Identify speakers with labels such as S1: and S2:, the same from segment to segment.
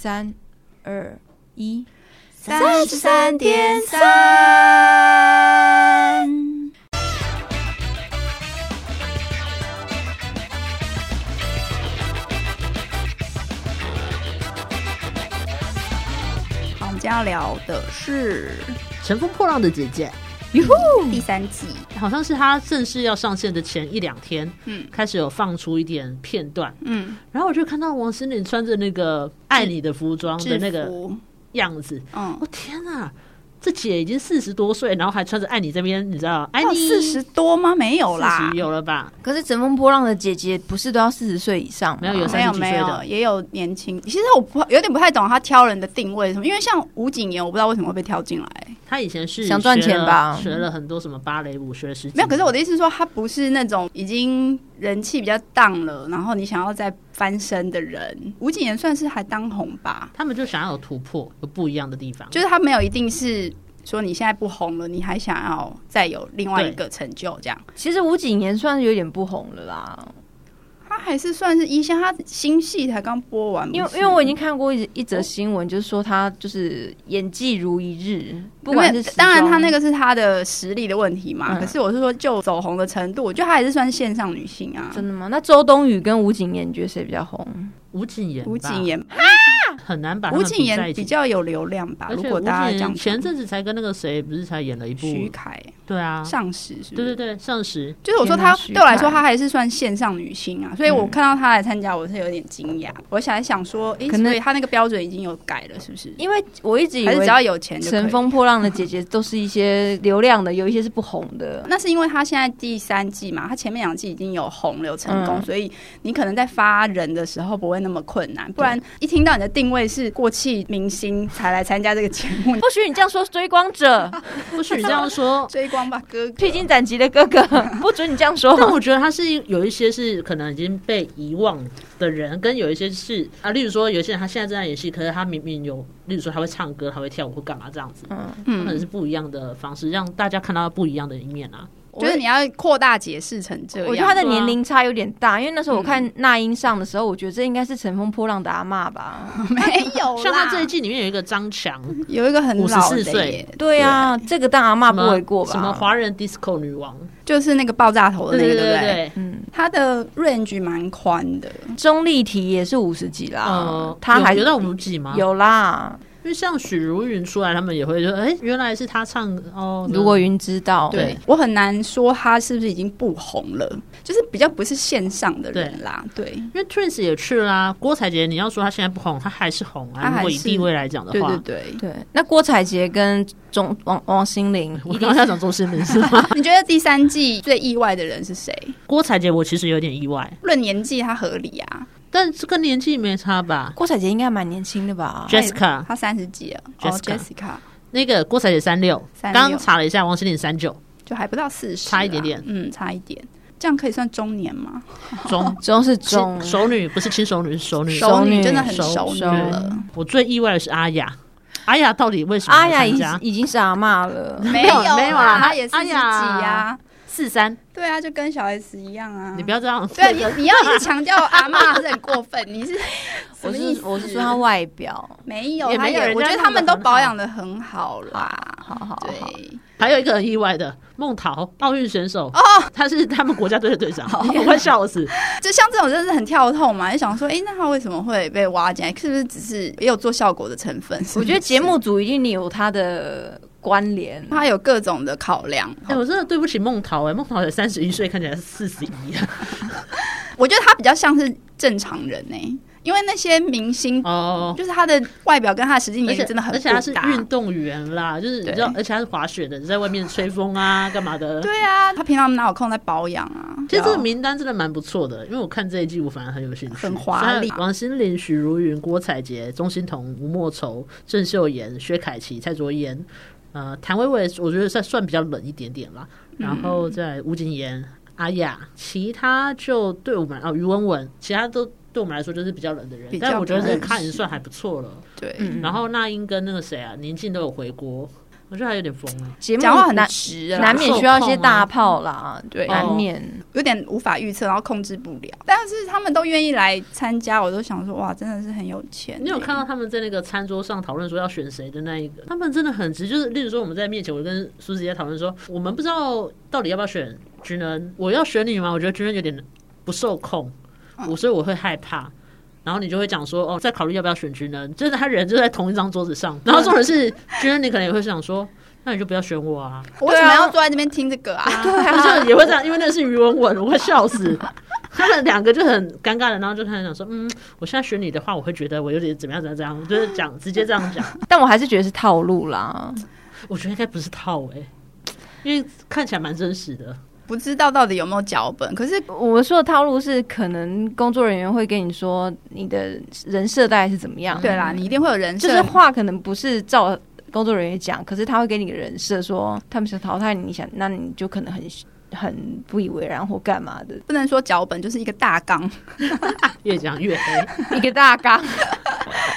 S1: 三二一，
S2: 三十三点
S1: 三。
S2: 好，我们今天要聊的是
S3: 乘风破浪的姐姐，
S2: 第三季，
S3: 好像是她正式要上线的前一两天，
S2: 嗯
S3: 开始有放出一点片段，
S2: 嗯，
S3: 然后我就看到王心凌穿着那个爱你的服装的
S2: 制
S3: 那个
S2: 服，
S3: 样子，
S2: 嗯
S3: 我、，天啊！这姐已经四十多岁，然后还穿着爱你这边，你知道爱
S2: 到
S3: 你
S2: 哦四十多吗？没有啦
S3: 40，有了吧？
S1: 可是乘风破浪的姐姐不是都要四十岁以上吗？
S3: 没有有
S2: 没有
S3: 30几岁
S2: 没有，
S3: 的
S2: 也有年轻。其实我不有点不太懂他挑人的定位是什么，因为像吴谨言，我不知道为什么会被挑进来。
S3: 她以前是
S1: 想赚
S3: 学了
S1: 钱吧
S3: 学了很多什么芭蕾舞，学了十几
S2: 嗯没有，可是我
S3: 年
S2: 的意思是说，他不是那种已经人气比较荡了，然后你想要再翻身的人。吴谨言算是还当红吧，
S3: 他们就想要有突破，有不一样的地方。
S2: 就是他没有一定是说你现在不红了，你还想要再有另外一个成就这样。
S1: 其实吴谨言算是有点不红了啦，
S2: 他还是算是一线，他新戏才刚播完，
S1: 因为
S2: 不
S1: 因
S2: 是
S1: 为我已经看过一一则新闻，就是说她就是演技如一日，不
S2: 没有
S1: 管是
S2: 当然他那
S1: 个
S2: 个是他的实力的问题嘛，
S1: 嗯
S2: 可是我是说就走红的程度，我觉得他还是算是线上女性啊。
S1: 真的吗？那周冬雨跟吴谨言，你觉得谁比较红？
S3: 吴谨言吧，
S2: 吴谨言，
S3: 很难把他
S2: 吴
S3: 们
S2: 谨
S3: 比在
S2: 言
S3: 一起
S2: 比较有流量吧？
S3: 而
S2: 如
S3: 且
S2: 果
S3: 吴
S2: 大家
S3: 谨
S2: 这
S3: 言
S2: 样
S3: 前
S2: 讲
S3: 阵子才跟那个谁不是才演了一部
S2: 徐凯
S3: 对啊，
S2: 上时是不
S3: 对
S2: 是
S3: 对对，上 时
S2: 就是我说
S1: 天哪
S2: 她
S1: 徐
S2: 对我来
S1: 凯
S2: 说，她还是算线上女星啊，所以我
S1: 嗯
S2: 看到她来参加，我是有点惊讶。我想一想说，诶，
S1: 可能
S2: 所以她那个标准已经有改了，是不是？
S1: 因为我一直以
S2: 还是
S1: 为
S2: 只要有钱就可以
S1: 乘风破浪的姐姐都是一些流量的，有一些是不红 的。
S2: 那是因为他现在第三季嘛，他前面两季已经有红流成功，
S1: 嗯
S2: 所以你可能在发人的时候不会那么困难。不然一听到你的定位是过气明星才来参加这个节 目，。
S1: 不许你这样说追光者，
S3: 不许这样说
S2: 追光吧哥哥
S1: 披荆斩棘的哥哥，不准你这样说。
S3: 但我觉得他是有一些是可能已经被遗忘的人，跟有一些是啊，例如说有些人他现在正在演戏，可是他明明有，例如说他会唱歌，他会跳舞，会干嘛这样子，
S1: 嗯，
S3: 可能
S2: 嗯
S3: 是，不一样的方式，让大家看到不一样的一面啊。
S2: 就是你要扩大解释成这样。
S1: 我觉得他的
S3: 对啊嗯
S1: 年龄差有点大，因为那时候我看那英上的时候，我觉得这应该是乘风破浪的阿嬷 吧。
S2: 没有啦，嗯
S3: 像他这一季里面有一个张强，
S2: 有一个很老
S3: 54
S2: 的
S3: 岁
S2: 耶，
S1: 对啊，这个当阿嬷
S3: 什
S1: 不
S3: 么
S1: 为过吧？
S3: 什么华人 disco 女王，
S2: 就是那个爆炸头的
S3: 对
S2: 那个，
S3: 对
S2: 不对？
S3: 对，
S1: 嗯，
S2: 他的 range 蛮宽的，
S1: 钟丽缇也是五十几啦
S3: 呃，，
S1: 她
S3: 有
S1: 还
S3: 有到五几吗？，
S1: 有啦。
S3: 因为像许茹芸出来，他们也会说，哎，原来是他唱哦。
S1: 如果云知道，
S3: 对
S2: 我很难说他是不是已经不红了，就是比较不是线上的人啦。对，
S3: 因为 Twins 也去啦、郭采洁，你要说她现在不红，她还是红
S2: 她
S3: 啊。
S2: 还
S3: 如果以
S2: 是
S3: 地位来讲的
S2: 对
S3: 话，
S2: 对对。
S1: 对，那郭采洁跟钟王王心凌
S3: 我
S1: 一
S3: 刚
S1: 定
S3: 刚要讲周星驰是吗？
S2: 你觉得第三季最意外的人是谁？
S3: 郭采洁，我其实有点意外，
S2: 论年纪，他合理啊，
S3: 但这跟年纪没差吧
S1: 郭采洁应该蛮年轻的吧？
S3: ？Jessica
S2: 他三十几了。哦
S3: 啊 Jessica
S2: ，Jessica
S3: 那个郭采洁三六，
S2: 36
S3: 刚查了一下，王心凌三九，
S2: 就还不到四十，
S3: 差一点点
S2: 嗯，差一点。这样可以算中年吗？
S3: 中
S1: 中是中，
S3: 熟女不是亲熟女，是熟女。
S1: 熟
S2: 女
S1: 女
S2: 真的很
S1: 熟
S2: 熟女
S1: 熟
S2: 了，
S3: 我最意外的是阿雅，阿雅到底为什么
S1: 阿
S3: 来
S1: 雅
S3: 参
S1: 哎已
S3: 加？
S1: 已经是阿嬷了。
S2: 没有
S3: 没有
S2: 啦，
S3: 啦
S2: 他也四
S3: 哎
S2: 十几
S3: 呀
S2: 呀。
S3: 四三，
S2: 对啊，就跟小 S 一样啊。
S3: 你不要这样。
S2: 对你，你要一直强调阿妈 是很过分，你是
S1: 我
S2: 什么意
S1: 是
S2: 思
S1: 我是说她外表，
S2: 没有，
S3: 也
S2: 还
S3: 没有
S2: 有，
S3: 人
S2: 我
S3: 家
S2: 觉得
S3: 弄
S2: 他们
S3: 得
S2: 都
S3: 很
S2: 保
S3: 好
S2: 养的很好啦。
S1: 好好好，
S2: 对，
S3: 还有一个很意外的，孟桃，奥运选手哦，他是他们国家队的队长，
S2: 哦
S3: 我快 笑死。
S2: 就像这种真的很跳痛嘛，就想说，哎、那他为什么会被挖进来？是不是只是也有做效果的成分？是不
S1: 我
S2: 是
S1: 觉得节目组一定有它的关联。
S2: 他有各种的考量，
S3: 哎、我真的对不起孟桃哎、孟桃才三十一岁，看起来四 十一啊。
S2: 我觉得他比较像是正常人呢、因为那些明星。
S3: 哦，
S2: 就是他的外表跟他的实际
S3: 而
S2: 年
S3: 且
S2: 龄真的很
S3: 而且他是
S2: 不搭
S3: 运动员啦，就是你知道，而且他是滑雪的，在外面吹风啊，干嘛的。
S2: 对啊，他平常哪有空在保养啊？
S3: 其实这
S2: 对
S3: 个
S2: 啊
S3: 名单真的蛮不错的，因为我看这一季我反而很有兴趣。
S2: 很华丽
S3: 虽然王心凌、许茹芸、郭采洁、钟欣桐、吴莫愁、郑秀妍、薛凯琪、蔡卓妍，呃，谭维维，我觉得算算比较冷一点点啦。
S2: 嗯
S3: 然后再来吴谨言、阿雅，其他就对我们哦，于文文，其他都对我们来说就是比较冷的人
S2: 比，较
S3: 但我觉得
S2: 不
S3: 这个
S2: 认
S3: 看也
S2: 识
S3: 算还不错了。
S2: 对，
S1: 嗯
S3: 然后那英跟那个谁啊，宁静都有回国，我觉得他有点疯了。
S1: 节目
S2: 讲话很
S1: 难
S2: 直啊，
S1: 难免需要一些大炮啦，
S2: 对
S1: 难
S3: 哦
S1: 免。
S2: 有点无法预测，然后控制不了。但是他们都愿意来参加，我都想说，哇，真的是很有钱欸、
S3: 你有看到他们在那个餐桌上讨论说要选谁的那一个？他们真的很直，就是例如说我们在面前，我跟苏子杰讨论说，我们不知道到底要不要选军人，我要选你吗？我觉得军人有点不受控，我所以我会害怕。然后你就会讲说，哦，在考虑要不要选军人，就是他人就在同一张桌子上。然后重点是，军人你可能也会想说，那你就不要选我啊，
S2: 我为什么要坐在这边听这个 啊？
S1: 对
S3: 他
S1: 啊，
S3: 就也会这样，因为那是余文文，我会笑死。他们两个就很尴尬的，然后就开始讲说，嗯，我现在选你的话，我会觉得我有点怎么样怎么样，就是讲直接这样讲。
S1: 但我还是觉得是套路啦。
S3: 我觉得应该不是套哎、因为看起来蛮真实的。
S2: 不知道到底有没有脚本，可是
S1: 我说的套路是，可能工作人员会跟你说你的人设大概是怎么样。
S2: 对啦，
S3: 嗯
S2: 你一定会有人设，
S1: 就是话可能不是照工作人员讲，可是他会给你个人设，说他们想淘汰你，你想那你就可能很很不以为然或干嘛的
S2: 不能说脚本，就是一个大纲。
S3: 越讲越 黑。
S1: 一个大纲。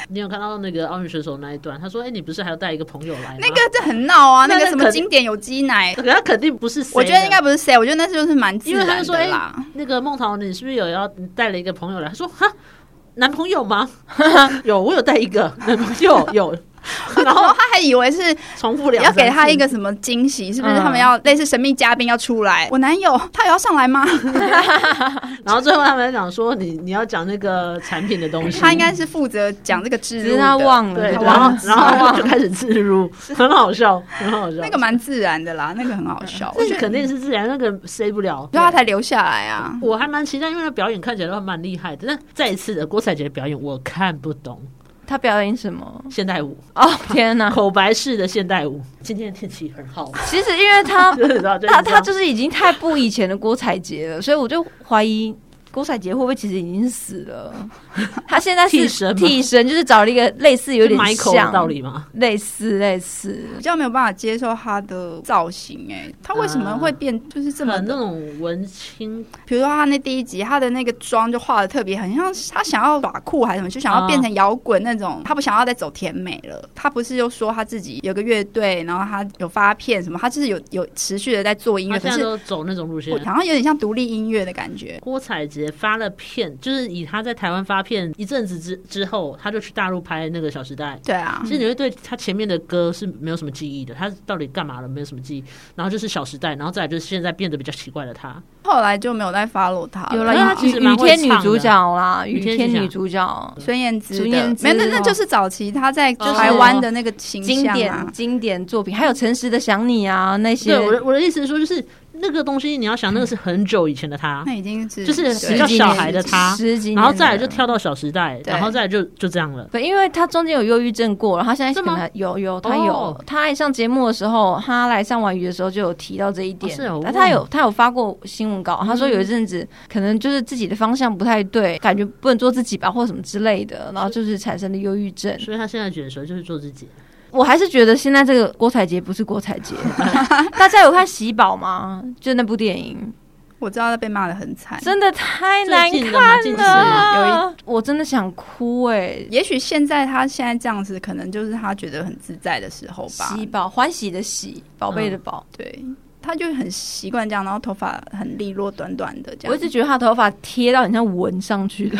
S3: 你有看到那个奥运选手那一段？他说：“哎、你不是还要带一个朋友来吗？”
S2: 那个这很闹啊，
S3: 那
S2: 那个
S3: 那
S2: 什么
S3: 肯
S2: 经典有机奶，
S3: 可他肯定不是谁的。
S2: 我觉得应该不是谁，我觉得那就是蛮自
S3: 因为他
S2: 然
S3: 就说哎
S2: 的啦。
S3: 那个孟桃，你是不是有要你带了一个朋友来？他说：“哈，男朋友 吗？有，我有带一个男朋友，有。
S2: 然后他还以为是
S3: 重复两
S2: 要
S3: 三次
S2: 给他一个什么惊喜，是不是？
S3: 嗯
S2: 他们要类似神秘嘉宾要出来，我男友他也要上来 吗？
S3: 然后最后他们讲说你你要讲那个产品的东西，
S2: 他应该是负责讲这个植
S1: 只
S2: 入
S1: 是
S2: 的，
S1: 他忘了，
S3: 对，
S1: 他
S2: 他
S3: 然
S1: 忘了。
S3: 后然后就开始自入，很好笑，很好笑。
S2: 那个蛮自然的 啦，那个很好笑，我
S3: 嗯那
S2: 觉
S3: 个
S2: 得
S3: 肯定是自然，那个塞不了。
S2: 所以他才留下来啊。
S3: 我还蛮期待，因为他表演看起来都蛮厉害的。但再一次的郭采洁的表演，我看不懂
S1: 他表演什么？
S3: 现代舞，
S1: 哦天 哪！
S3: 口白式的现代舞。今天的天气很好，
S1: 其实因为他
S3: 就是啊知道，就是
S1: 他
S3: 这
S1: 他
S3: 样
S1: 就是已经太不以前的郭采洁了，所以我就怀疑郭采洁会不会其实已经死 了？他现在是
S3: 替身吗
S1: 替身，就是找了一个类似有点
S3: 是 Michael
S1: 像
S3: 的道，理吗？
S1: 类似类似。
S2: 比较没有办法接受他的造型、哎，他为什么会
S3: 啊
S2: 变就是这么
S3: 很
S2: 的？
S3: 那种文青，
S2: 比如说他那第一集，他的那个妆就画的特别，很像是他想要耍酷还是什么，就想
S3: 啊
S2: 要变成摇滚那种。他不想要再走甜美了。他不是又说他自己有个乐队，然后他有发片什么，他就是有有持续的在做音
S3: 他
S2: 乐，可
S3: 现在
S2: 是
S3: 都走那种路线
S2: 我。好像有点像独立音乐的感觉。
S3: 郭采洁发了片，就是以她在台湾发片一阵子之之后，她就去大陆拍那个《小时代》，
S2: 对啊
S3: 其，实你会对他前面的歌是没有什么记忆的，他到底干嘛了没有什么记忆，然后就是《小时代》，然后再来就是现在变得比较奇怪的他，后
S2: 后来就没有再 follow 他
S1: 有了
S2: 了
S3: 可是他
S1: 雨
S3: 其实
S1: 雨
S3: 蛮会
S1: 天女
S3: 唱的
S1: 主角啦，
S3: 雨
S1: 雨
S3: 天
S1: 天
S3: 是
S1: 女
S3: 谁
S1: 主角
S2: 孙燕姿的，
S1: 孙燕姿
S2: 没有，那那
S1: 哦
S2: 就是早期她在
S3: 就是
S2: 台湾的那个形
S1: 经
S2: 象
S1: 典、
S2: 啊。
S1: 经典作品，还有《诚实的想你》啊那些
S3: 对，我的我的意思是说，就是那个东西你要想，那个是很久以前的他，
S2: 那已经是
S3: 就是
S2: 对
S3: 比较小孩的他
S1: 十几年了，
S3: 然后再来就跳到《小时代》，
S2: 嗯对
S3: 然后再来就就这样了。
S1: 对，因为他中间有忧郁症过，然后他现在
S3: 是
S1: 可能
S3: 吗
S1: 还有有他
S3: 哦
S1: 有、他来上节目的时候，他来上完鱼的时候就有提到这一点，
S3: 哦是哦
S1: 但他有他有发过新闻稿，他说有一阵子、可能就是自己的方向不太对，感觉不能做自己吧，或什么之类的，然后就是产生了忧郁症。
S3: 所以他现在卷舌就是做自己，
S1: 我还是觉得现在这个郭采洁不是郭采 洁，大家有看《喜宝》吗？就那部电影，
S2: 我知道她被骂的很惨。
S1: 真的太
S3: 最
S1: 难
S3: 近的嘛
S1: 看
S3: 近期的嘛
S1: 了，我真的想哭哎、
S2: 也许现在她现在这样子，可能就是她觉得很自在的时候吧
S1: 喜。宝，欢喜的喜，宝贝的宝。
S2: 对，她就很习惯这样，然后头发很利落、短短的这
S1: 我一直
S2: 样。
S1: 觉得他头发贴到很像纹上去的，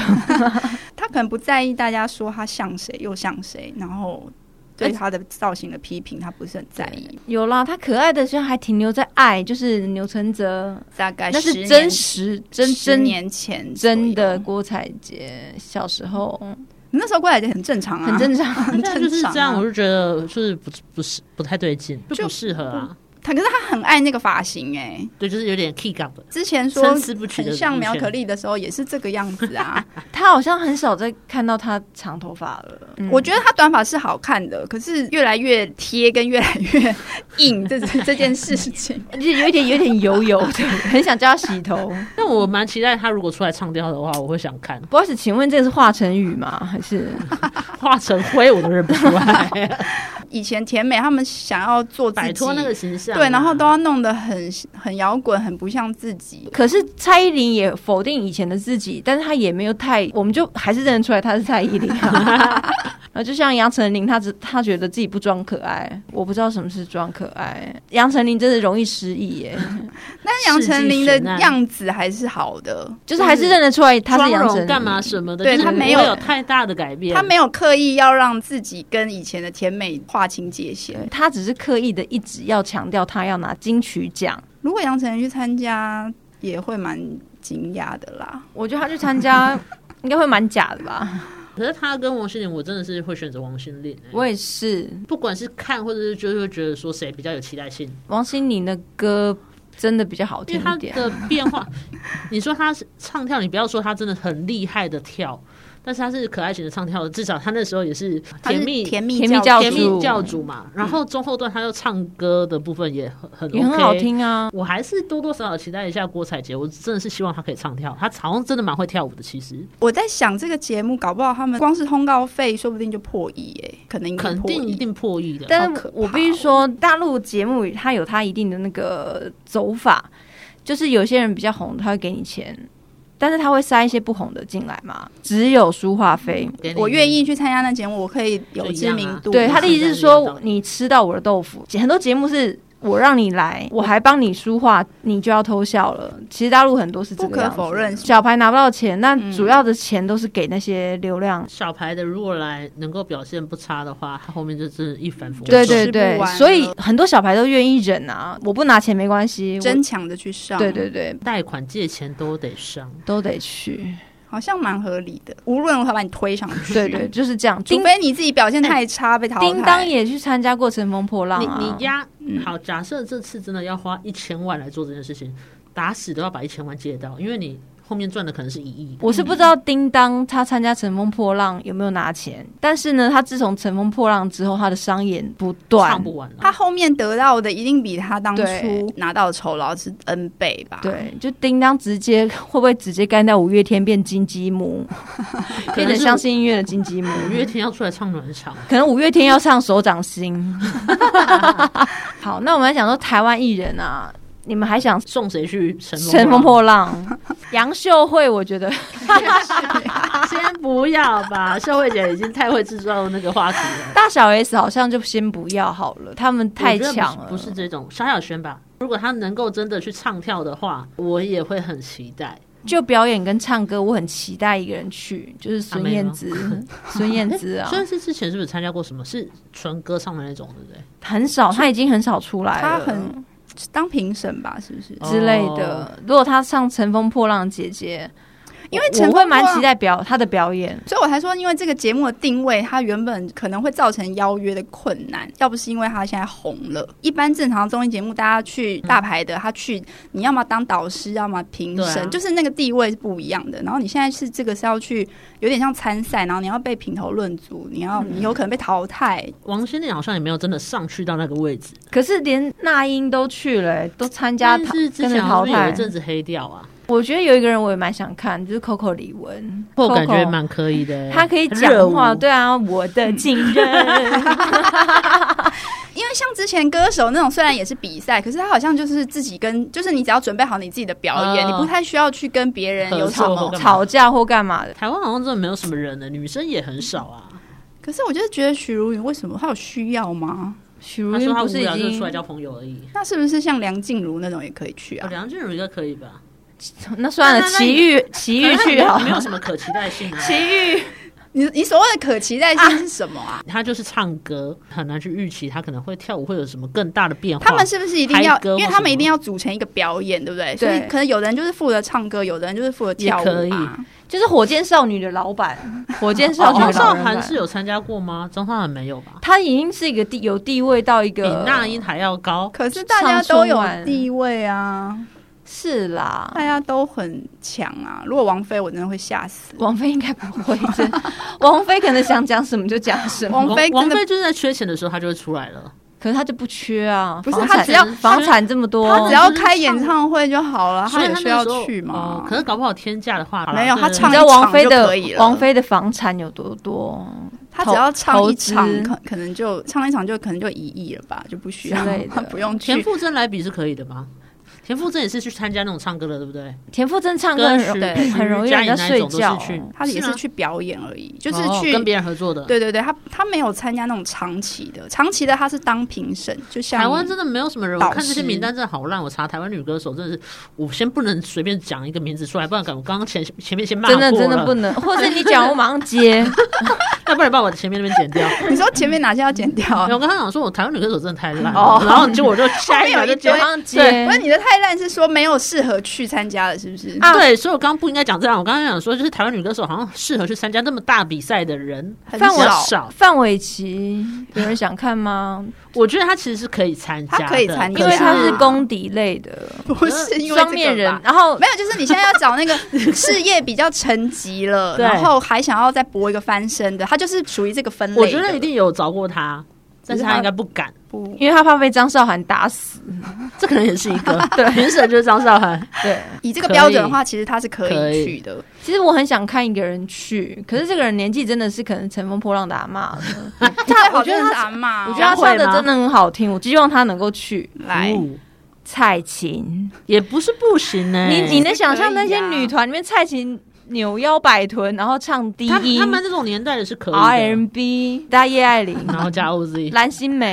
S2: 她可能不在意大家说她像谁又像谁，然后对她的造型的批评，她不是很在意。
S1: 有啦，他可爱的虽然还停留在爱，就是牛承泽，
S2: 大概
S1: 那
S2: 十
S1: 是
S2: 年
S1: 真实真
S2: 十
S1: 真
S2: 年前左右
S1: 真的，郭采洁小时候
S2: 那时候过来就很正常啊，
S1: 很正常，
S2: 很
S3: 但
S2: 正
S3: 就是
S2: 常啊
S3: 这样，我就觉得就是不不是不太对劲，就不适合啊。
S2: 他可是他很爱那个发型哎、
S3: 对，就是有点 key gap 的，
S2: 之前说
S3: 参差不齐
S2: 很
S3: 的路线。
S2: 像苗可丽的时候也是这个样子 啊。
S1: 他好像很少再看到他长头发了。嗯
S2: 我觉得她短发是好看的，可是越来越贴跟越来越 硬这这件事情，
S1: 就有一点有点油油的， 很想叫他洗头。
S3: 但我蛮期待他如果出来唱调的话，我会想看。
S1: 不好意思，请问这是华晨宇吗？还是
S3: 化成灰我都认不出 来，
S2: 以前甜美他们想要做自己
S3: 摆脱那个形象啊。
S2: 对，然后都要弄得很很摇滚，很不像自己。
S1: 可是蔡依林也否 定以前的自己，但是她也没有太，我们就还是认得出来她是蔡依林、啊。呃，就像杨丞琳，她只她觉得自己不装可爱，我不知道什么是装可爱。杨丞琳真的容易失忆 耶，
S2: 但是杨丞琳的样子还是好的，
S1: 就是还是认得出来她是
S3: 妆
S1: 杨丞
S3: 容
S1: 琳。
S3: 干嘛什么的，
S2: 对
S3: 就是
S2: 他
S3: 不
S2: 没
S3: 会
S2: 有
S3: 有太大的改变，
S2: 她没有刻意要让自己跟以前的甜美划清界限
S1: 对。她只是刻意的一直要强调她要拿金曲奖。
S2: 如果杨丞琳去参加，也会蛮惊讶的啦。
S1: 我觉得她去参 加应该会蛮假的吧？
S3: 可是他跟王心凌，我真的是会选择王心凌、欸。
S1: 我也是，
S3: 不管是看或者是就是会觉得说谁比较有期待性，
S1: 王心凌的歌真的比较好
S3: 因
S1: 听
S3: 为他
S1: 一点。
S3: 的变化， 你说他是唱跳，你不要说他真的很厉害的跳，但是他是可爱型的唱跳，至少他那时候也是
S2: 她是
S3: 甜蜜
S2: 甜蜜
S1: 甜蜜教
S3: 甜蜜
S1: 主
S3: 教主嘛。然后中后段他又唱歌的部分也很很、OK,
S1: 也很好。听啊，
S3: 我还是多多少少期待一下郭采洁，我真的是希望她可以唱跳，她好像真的蛮会跳舞的。其实
S2: 我在想这个节目，搞不好他们光是通告费，说不定就破亿哎、可能应该
S3: 肯
S2: 破亿
S3: 定一定破亿的。
S1: 但
S2: 好
S1: 是
S2: 可
S1: 我
S2: 怕
S1: 必须
S2: 哦
S1: 说，大陆节目它有它一定的那个走法，就是有些人比较红，他会给你钱，但是他会塞一些不红的进来嘛。只有书话费，
S3: 给你
S2: 我愿意去参加那节目，我可以有
S3: 就一
S2: 知
S3: 样啊
S2: 名度。
S1: 对
S3: 我
S1: 他的
S3: 是
S1: 意思
S3: 这
S1: 是
S3: 样觉得
S1: 说，你吃到我的豆腐。很多节目是我让你来，我还帮你书画，你就要偷笑了。其实大陆很多是这个
S2: 不可
S1: 样子
S2: 否认
S1: 小牌拿不到钱，那
S2: 嗯
S1: 主要的钱都是给那些流量
S3: 小牌的如果来能够表现不差的话，他后面就真的一帆风顺。
S1: 对
S2: 就
S1: 对
S2: 吃不
S1: 对
S2: 完，
S1: 所以
S2: 了
S1: 很多小牌都愿意忍啊，我不拿钱没关系，我
S2: 争抢着去上，
S1: 对对对
S3: 贷款借钱都得上。
S1: 都得去，
S2: 好像蛮合理的。无论如何把你推上去，
S1: 对对，就是这样。
S2: 除
S1: 叮
S2: 非你自己表现太差被淘汰。
S1: 叮当也去参加过《乘风破浪》
S3: 你
S1: 啊
S3: 你，压
S2: 嗯
S3: 好，假设这次真的要花一千万来做这件事情，打死都要把一千万借到，因为你后面赚的可能是一亿。
S1: 我是不知道叮当他参加《乘风破浪》有没有拿钱，但是呢，他自从《乘风破浪》之后，他的商演不断
S3: 唱，不完了，啊
S2: 他后面得到的一定比他当初
S1: 对
S2: 拿到的酬劳是 N 倍吧？，
S1: 对，就叮当直接会不会直接干掉五月天变金鸡 母，
S3: 可
S1: 变成
S3: 能是
S1: 相信音乐的金鸡母？
S3: 五月天要出来唱暖场，
S1: 可能五月天要唱《手掌心》。 好，那我们来讲说台湾艺人啊，你们还想
S3: 送谁去乘
S1: 乘风破浪？杨秀慧，我觉得
S3: 浪？ 先不要吧，秀慧姐已经太会制造那个话题 了。
S1: 大小 S 好像就先不要好了，他们 太强了。
S3: 我觉得不是，不是这种萧亚轩吧？如果他能够真的去唱跳的话，我也会很期待。
S1: 就表演跟唱歌，我很期待一个人去，就是孙燕 姿。 孙燕姿啊，
S3: 虽然是之前是不是参加过什么是纯歌唱的那种，对不对？
S1: 很少，她已经很少出来
S2: 他
S1: 了。
S2: 很当评审吧？是不是？
S3: 哦
S1: 之类的，如果她上《乘风破浪》姐姐，
S2: 因为
S1: 我
S2: 乘
S1: 我
S2: 风
S1: 会
S2: 破浪
S1: 蛮期待表她的表演。
S2: 所以我才说，因为这个节目的定位，它原本可能会造成邀约的困难。要不是因为它现在红了，一般正常的综艺节目，大家去大牌的，他去你要么当导师，要么评
S3: 对
S2: 审，
S3: 啊
S2: 就是那个地位是不一样的。然后你现在是这个是要去有点像参赛，然后你要被评头论足，你
S3: 嗯
S2: 要你有可能被淘汰。
S3: 王心凌好像也没有真的上去到那个位置，
S1: 可是连那英都去了、都参加
S3: 但
S1: 淘
S3: 是之
S1: 跟着
S3: 前
S1: 淘
S3: 好像有
S1: 汰
S3: 一。阵子黑掉啊，
S1: 我觉得有一个人我也蛮想看，就是 Coco 李玟
S3: 我感觉
S1: Coco。
S3: 蛮可以的。
S1: 她可以
S3: 热
S1: 讲
S3: 舞
S1: 话，，对啊，我的情 人，
S2: 因为像之前歌手那种，虽然也是比赛，可是他好像就是自己跟，就是你只要准备好你自己的表演，
S3: 嗯
S2: 你不太需要去跟别人有什
S3: 合
S2: 么
S3: 作或干嘛
S1: 吵架或干嘛的，
S3: 台湾好像真的没有什么人呢，女生也很少啊。
S2: 可是我就是觉得许茹芸为什么她有需要吗？
S1: 许茹
S3: 她
S1: 芸
S3: 说她
S1: 嗯不
S3: 无
S1: 是已
S3: 聊就出
S1: 经
S3: 来交朋友而已。
S2: 那是不是像梁静茹那种也可以去
S3: 哦
S2: 啊？
S3: 梁静茹应该可以吧？
S1: 那算了，
S3: 那那
S1: 奇遇奇遇去好
S3: 好，没有什么可期待性啊。
S1: 奇遇
S2: 你你所谓的可期待性是什么啊？
S3: 她就是唱歌，很难去预期她可能会跳舞会有什么更大的变化。
S2: 他们是不是一定要
S3: 嗨？歌或
S2: 因为他们
S3: 什么
S2: 一定要组成一个表演，对不对？所
S1: 对
S2: 以可能有人就是负责唱歌，有的人就是负责跳舞啊
S3: 也可以
S2: 嘛。
S1: 就是火箭少女的老板，火箭少女的
S3: 张哦韶
S1: 老板
S3: 涵是有参加过吗？张韶涵没有吧？
S1: 她已经是一个地有地位到一
S3: 比
S1: 个
S3: 那英还要高。
S2: 可是大家都
S1: 上春
S2: 有
S1: 晚
S2: 地位啊，
S1: 是啦，
S2: 大家都很强啊。如果王菲，我真的会吓死。
S1: 王菲应该不会真，王菲可能想讲什么就讲什么，
S2: 王菲真的
S3: 王菲就是在缺钱的时候，她就会出来了。
S1: 可是她就不缺啊，
S2: 不是
S1: 房
S2: 她
S1: 产
S2: 只要
S1: 房产这么多，
S2: 她只要开演唱会就好了，
S3: 哦所
S2: 她
S3: 以
S2: 也
S3: 她
S2: 需
S3: 那
S2: 要
S3: 时候
S2: 去嘛
S3: 哦。可是搞不好天价的话，好啦
S2: 没有
S3: 对
S2: 她
S3: 对对
S1: 你
S2: 唱
S1: 知道王菲
S2: 一场就
S1: 的
S2: 可以了
S1: 王菲的房产有多多
S2: 她只要唱
S1: 投
S2: 一场
S1: 投资，
S2: 可可能就唱一场就可能就一亿了吧，就不需要
S1: 之类，的
S2: 她不用去
S3: 田馥甄来比是可以的吗？田馥甄也是去参加那种唱歌的，对不对？
S1: 田馥甄唱歌
S3: 跟
S1: 很
S3: 徐
S1: 容对
S3: 徐
S1: 很容易
S3: 佳
S1: 让
S3: 莹
S1: 人家
S3: 那
S1: 睡
S3: 种都是
S1: 觉，
S3: 去
S2: 他也
S3: 是吗
S2: 是去表演而已，就是
S3: 哦
S2: 去
S3: 跟别人合作的。
S2: 对对对，他他没有参加那种长期的，长期的他是当评审，就像
S3: 台湾真的没有什么人，
S2: 导
S3: 我看这些
S2: 师
S3: 名单真的好烂。我查台湾女歌手，真的是我先不能随便讲一个名字出来，不然敢我刚刚前前面先骂
S1: 真的
S3: 过
S1: 真的
S3: 了
S1: 不，能，或者你讲我马上 接，
S3: 要不然把我前面那边剪 掉。
S2: 你说前面哪些要剪掉啊
S3: 然后？我刚刚讲说，我台湾女歌手真的太烂了
S1: 哦，
S3: 然后结果我就下一秒 就接
S1: 马。上
S2: 不
S1: 接
S2: 是。你的太烂是说没有适合去参加的，是不是？
S1: 啊
S3: 对，所以我刚刚不应该讲这样。我刚刚想说，就是台湾女歌手好像适合去参加这么大比赛的人
S2: 很
S1: 范
S3: 比较
S2: 少，
S3: 少。
S1: 范玮 琪，有人想看吗？
S3: 我觉得她其实是可以参加的，
S2: 她可以参加
S1: 因为
S3: 她
S1: 他是公敌类的
S2: 不是因为这个吧
S1: 双面人，然后
S2: 没有，就是你现在要找 那个事业比较沉寂了，
S3: 对
S2: 然后还想要再搏一个翻身的，他就是属于这个分类的。
S3: 我觉得一定有找过她，但是她应该不敢。
S2: 不
S1: 因为他怕被张韶涵打死，
S3: 这可能也是一个 评审，就是张韶涵。
S1: 对。
S2: 以这个标准的话，其实他是可
S3: 可以
S2: 以去的。
S1: 其实我很想看一个人去，可是这个人年纪真的是可能乘风破浪的阿 妈了。
S2: 他
S1: 我觉得他
S2: 阿妈哦，
S1: 我觉得他唱的真的很好听，我希望他能够去。
S2: 来
S3: 哦
S1: 蔡琴，
S3: 也不是不行呢、
S1: 你你能
S2: 是可以
S1: 想象那
S3: 哎
S1: 些
S2: 呀
S1: 女团里面蔡琴扭腰摆臀，然后唱低
S3: 他
S1: 音
S3: 他们这种年代也是可以的
S1: RMB，大家叶爱 玲、
S3: 然后加 OZ。
S1: 蓝心湄，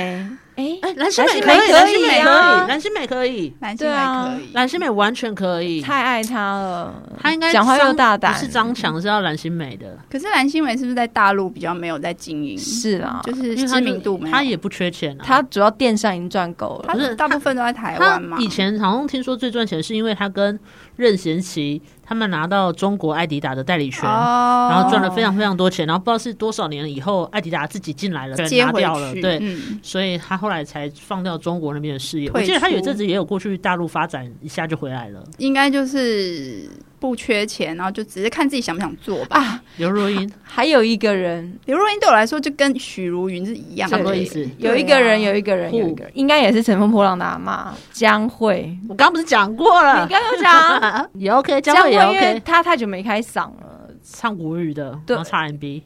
S1: 哎
S3: 哎，蓝心湄
S1: 蓝
S3: 以，
S1: 心湄可
S3: 蓝心
S1: 以
S3: 湄可
S1: 啊
S3: 以，蓝心湄可以，
S2: 男性
S1: 对啊
S2: 还可以，
S3: 蓝心湄完全可以。
S1: 太爱她了。
S3: 他应该
S1: 讲话
S3: 张
S1: 又大胆
S3: 不是张强，是要蓝心湄的，
S2: 可是蓝心湄是不是在大陆比较没有在经营？
S1: 是啊，
S2: 就是
S3: 因为他
S2: 知名度没有，
S3: 他也不缺钱啊。
S1: 她主要电商已经赚够了。
S2: 他
S3: 不是
S2: 大部分都在台
S3: 他
S2: 湾嘛。
S3: 以前好像听说最赚钱是因为他跟任贤齐他们拿到中国艾迪达的代理权，
S2: 哦，
S3: 然后赚了非常非常多钱，然后不知道是多少年以后艾迪达自己进来了，
S2: 接
S3: 拿
S2: 回
S3: 掉了，
S2: 去，
S3: 对，
S2: 嗯，
S3: 所以他后来才放掉中国那边的事业。我
S2: 退
S3: 记得他有一
S2: 出
S3: 阵子也有过去大陆发展，一下就回来了。
S2: 应该就是不缺钱，然后就只是看自己想不想做吧。
S1: 啊，
S3: 刘若英，
S1: 还有一个人，
S2: 刘若英对我来说就跟许茹芸是一样的，
S3: 差不多意思
S1: 有一个人，
S2: 对啊
S1: 有一个人，
S3: Who？
S1: 有一个人，应该也是乘风破浪的阿妈江蕙。
S3: 我刚刚不是讲过了
S1: 你？刚刚讲啊
S3: 也 OK，江
S1: 江蕙，
S3: 蕙也
S1: 因为
S3: OK，
S1: 她太久没开嗓了，
S3: 唱国语的，
S1: 对
S3: 然后唱 MB，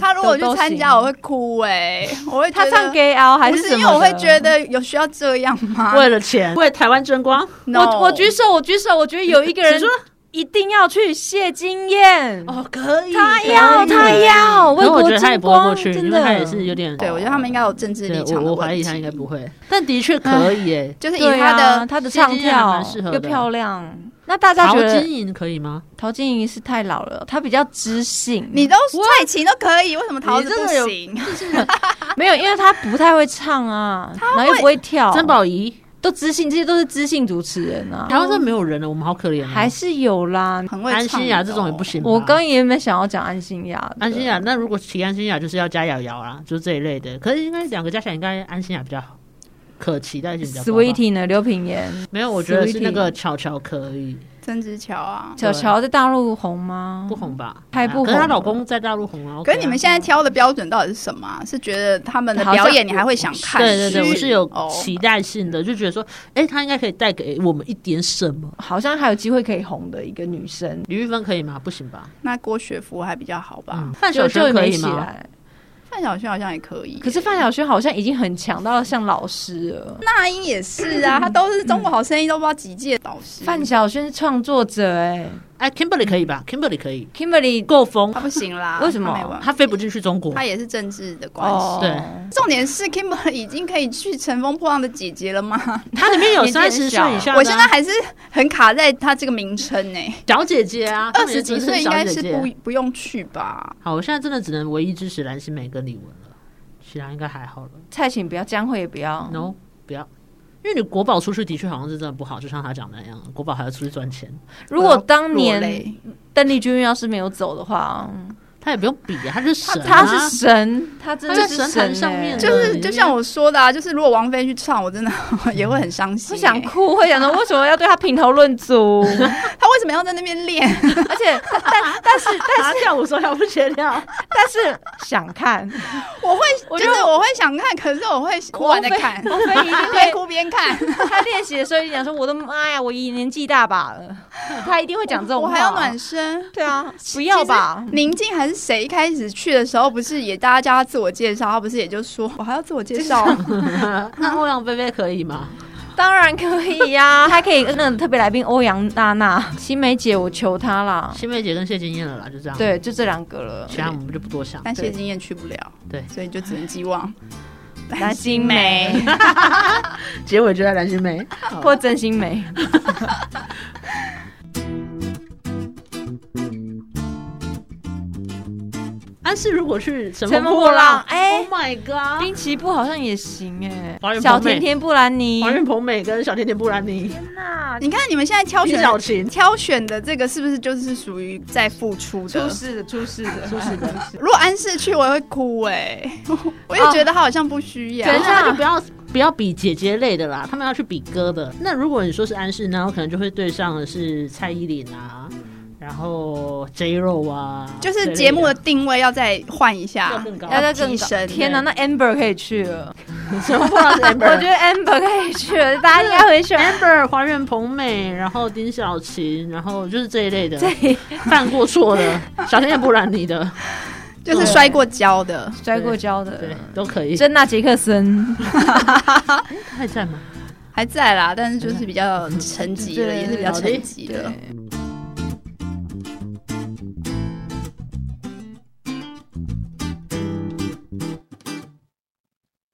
S2: 他如果去
S1: 都都
S2: 参
S1: 行
S2: 加，我会哭哎，我会
S1: 她
S2: 觉得
S1: 唱 gay out 还
S2: 不
S1: 什
S2: 是
S1: 么
S2: 因
S1: 的？
S2: 为我会觉得有需要这样吗？
S3: 为了钱，为台湾争光。
S1: 我
S2: No
S1: 我举手，我举手，我觉得有一个人
S3: 谁说
S1: 一定要去，谢金燕，
S3: 哦，可以，
S1: 她要她要为
S3: 可我觉
S1: 国
S3: 得他也
S1: 争
S3: 不会过
S1: 光，
S3: 去，
S1: 真
S3: 因为
S1: 的，
S3: 他也是有点，
S2: 对我觉得他们应该有政治立
S3: 对
S2: 场的
S3: 我我
S2: 问
S3: 怀疑
S2: 题哎
S3: 他应该不会， 但的确可以诶。
S2: 就是以
S1: 对
S2: 他
S1: 啊，
S2: 的
S1: 她的
S3: 谢金
S1: 唱
S3: 燕还
S1: 跳
S3: 蛮适合的
S1: 又漂亮。那大家
S3: 陶
S1: 觉得
S3: 晶莹可以吗？
S1: 陶晶莹是太老了，她比较知性，
S2: 你都蔡琴都可以，为什么桃子
S3: 你真
S2: 不
S3: 的有
S2: 行？
S1: 没有，因为她不太会唱啊，然后又不会
S2: 哦
S1: 跳，
S3: 曾宝仪，
S1: 都知性，这些都是知性主持人啊，
S3: 台湾真的没有人了，我们好可怜哦。
S1: 还是有啦。
S2: 很哦会
S3: 安
S2: 唱
S3: 心雅
S2: 的
S3: 这种
S2: 哦
S3: 也不。行吧。
S1: 我刚也没想要讲安心雅的，
S3: 安心雅，那如果提安心雅，就是要加瑶瑶啦，就是这一类的。可是应该两个加起来，应该安心雅比较好，可期待性比较高吧。
S1: Sweetie 呢？刘品言，
S3: 没有，我觉得是那个巧巧可以
S2: 曾之乔啊。
S1: 小乔在大陆红吗？
S3: 不红
S2: 嗯
S3: 吧？
S1: 太不红了
S3: 可是她老公在大陆红啊。
S2: 可
S3: OK 啊
S2: 是你们现在挑的标准到底是什么啊？是觉得他们的
S1: 好像
S2: 表演你还会想看？
S3: 对对对，我是有
S2: 哦，
S3: 期待性的，就觉得说，哎，她应该可以带给我们一点什么。
S1: 好像还有机会可以红的一个女生，
S3: 李玉芬可以吗？不行吧？
S2: 那郭学芙还比较好吧
S3: 嗯，？范
S1: 就
S3: 晓
S1: 就
S3: 萱可
S1: 没
S3: 以
S1: 起
S3: 吗？
S1: 来。
S2: 范晓萱好像也可以耶，
S1: 可是范晓萱好像已经很强到像老师了。
S2: 那英也是 啊，她都是中国
S3: 嗯
S2: 好声音都不知道几届导师，
S1: 范晓萱是创作者哎、
S3: 哎，Kimberly 可以吧？Kimberly 可以，
S1: Kimberly
S3: 够疯
S2: 她，不行 啦，
S1: 为什么
S2: 她没办法
S3: 她飞不进去中国。
S2: 她也是政治的关系。
S1: 哦，
S3: 对
S2: 重点是 Kimber 已经可以去《乘风破浪的姐姐》了吗？
S3: 她里面有
S1: 年纪
S3: 三
S1: 很
S3: 十
S1: 小
S3: 岁以下的啊，
S2: 我现在还是很卡在她这个名称呢、
S3: 小姐姐啊，她
S2: 二
S3: 们也
S2: 十几
S3: 真的
S2: 岁应
S3: 小
S2: 该
S3: 姐
S2: 是
S3: 姐
S2: 不不用去吧？
S3: 好，我现在真的只能唯一支持蓝心湄跟李玟了，其他应该还好了。
S1: 蔡琴不要，江蕙也不要。
S3: No，不要，因为你国宝出去的确好像是真的不好，就像他讲的那样，国宝还要出去赚钱，
S1: 如果当
S2: 我要落
S1: 年
S2: 泪
S1: 邓丽君要是没有走的话，
S3: 他也不用比、啊，他是神、啊，
S1: 她是神，她真的
S3: 她在
S1: 是
S3: 神坛
S1: 神、欸、
S3: 上面
S2: 就
S3: 的
S2: 是就像我说的啊，就是如果王菲去唱，我真的 也会很伤心、欸
S1: 会想，哭，会想说为什么要对她评头论 足，
S2: 她为什么要在那边练？
S1: 而且但但是
S3: 他跳舞说要不学跳，
S1: 但是想看，
S2: 我会，
S1: 我
S2: 就
S1: 觉
S2: 是
S1: 得
S2: 我会想看，可是我会
S1: 啊
S2: 晚的看，
S1: 王菲一定
S2: 边
S1: 会
S2: 哭边看。
S1: 他练习的时候一定讲说：“我的妈呀，我已年纪大把了。”他一定会讲这种
S2: 我
S1: 话。
S2: 还要暖身。
S1: 对啊，不要吧？
S2: 宁静还是谁？一开始去的时候，不是也大家叫 她自我介绍，她不是也就说我还要自我介绍？
S3: 那欧阳菲菲可以吗？
S1: 当然可以啊 呀、还可以那个特别来宾欧阳娜娜、新梅姐，我求她啦。
S3: 新梅姐跟谢金燕了啦，就这样。，
S1: 对，就这两个了。
S3: 其他我们就不多想。
S2: 但
S1: 对
S2: 谢金燕去不了，
S3: 对
S2: 所以就只能寄望
S1: 蓝心湄
S3: 结尾就在蓝心湄。
S1: 或真心梅。
S3: 安室如果去乘
S1: 乘风
S3: 破
S1: 破浪
S3: 浪，
S1: 哎
S3: ，Oh my god！
S1: 滨崎步好像也行哎、
S3: 华人
S1: 小
S3: 朋妹
S1: 甜甜布兰妮。
S3: 黄韵鹏美跟小甜甜布兰 妮、
S1: 天哪，
S2: 你看你们现在挑
S3: 李
S2: 选
S3: 小琴，
S2: 挑选的这个是不是就是属于在付出
S1: 出
S2: 的？
S1: 事的，出事的，出事的。
S2: 如果安室去，我会哭哎、我也觉得他好像不需要。
S1: 全
S3: 等
S1: 是
S3: 一下就不要不要比姐姐类的啦，他们要去比哥的。那如果你说是安室，那我可能就会对上的是蔡依林啊，然后 J Ro 啊，
S2: 就是节目的定位要再换一
S3: 要
S2: 下
S3: 更，高
S1: 要再更
S2: 提
S1: 高
S2: 升。
S3: 欸
S1: 天哪，那 Amber 可以去了，
S3: 乘风破浪是
S1: 我觉
S3: Amber。
S1: 得 Amber 可以去了，大家应该很喜欢。
S3: Amber、华人彭美，然后丁小琴，然后就是这一类的
S1: 对，
S3: 犯过错的，小甜甜布兰妮的，
S2: 就是摔过跤的，
S1: 摔过跤
S3: 对
S1: 的，
S3: 都可以。
S1: 珍娜杰克森，
S3: 还在吗？
S2: 还在啦，但是就是比较沉寂
S1: 对
S2: 了，也是比较
S3: 好的
S2: 沉寂
S1: 对
S2: 的。，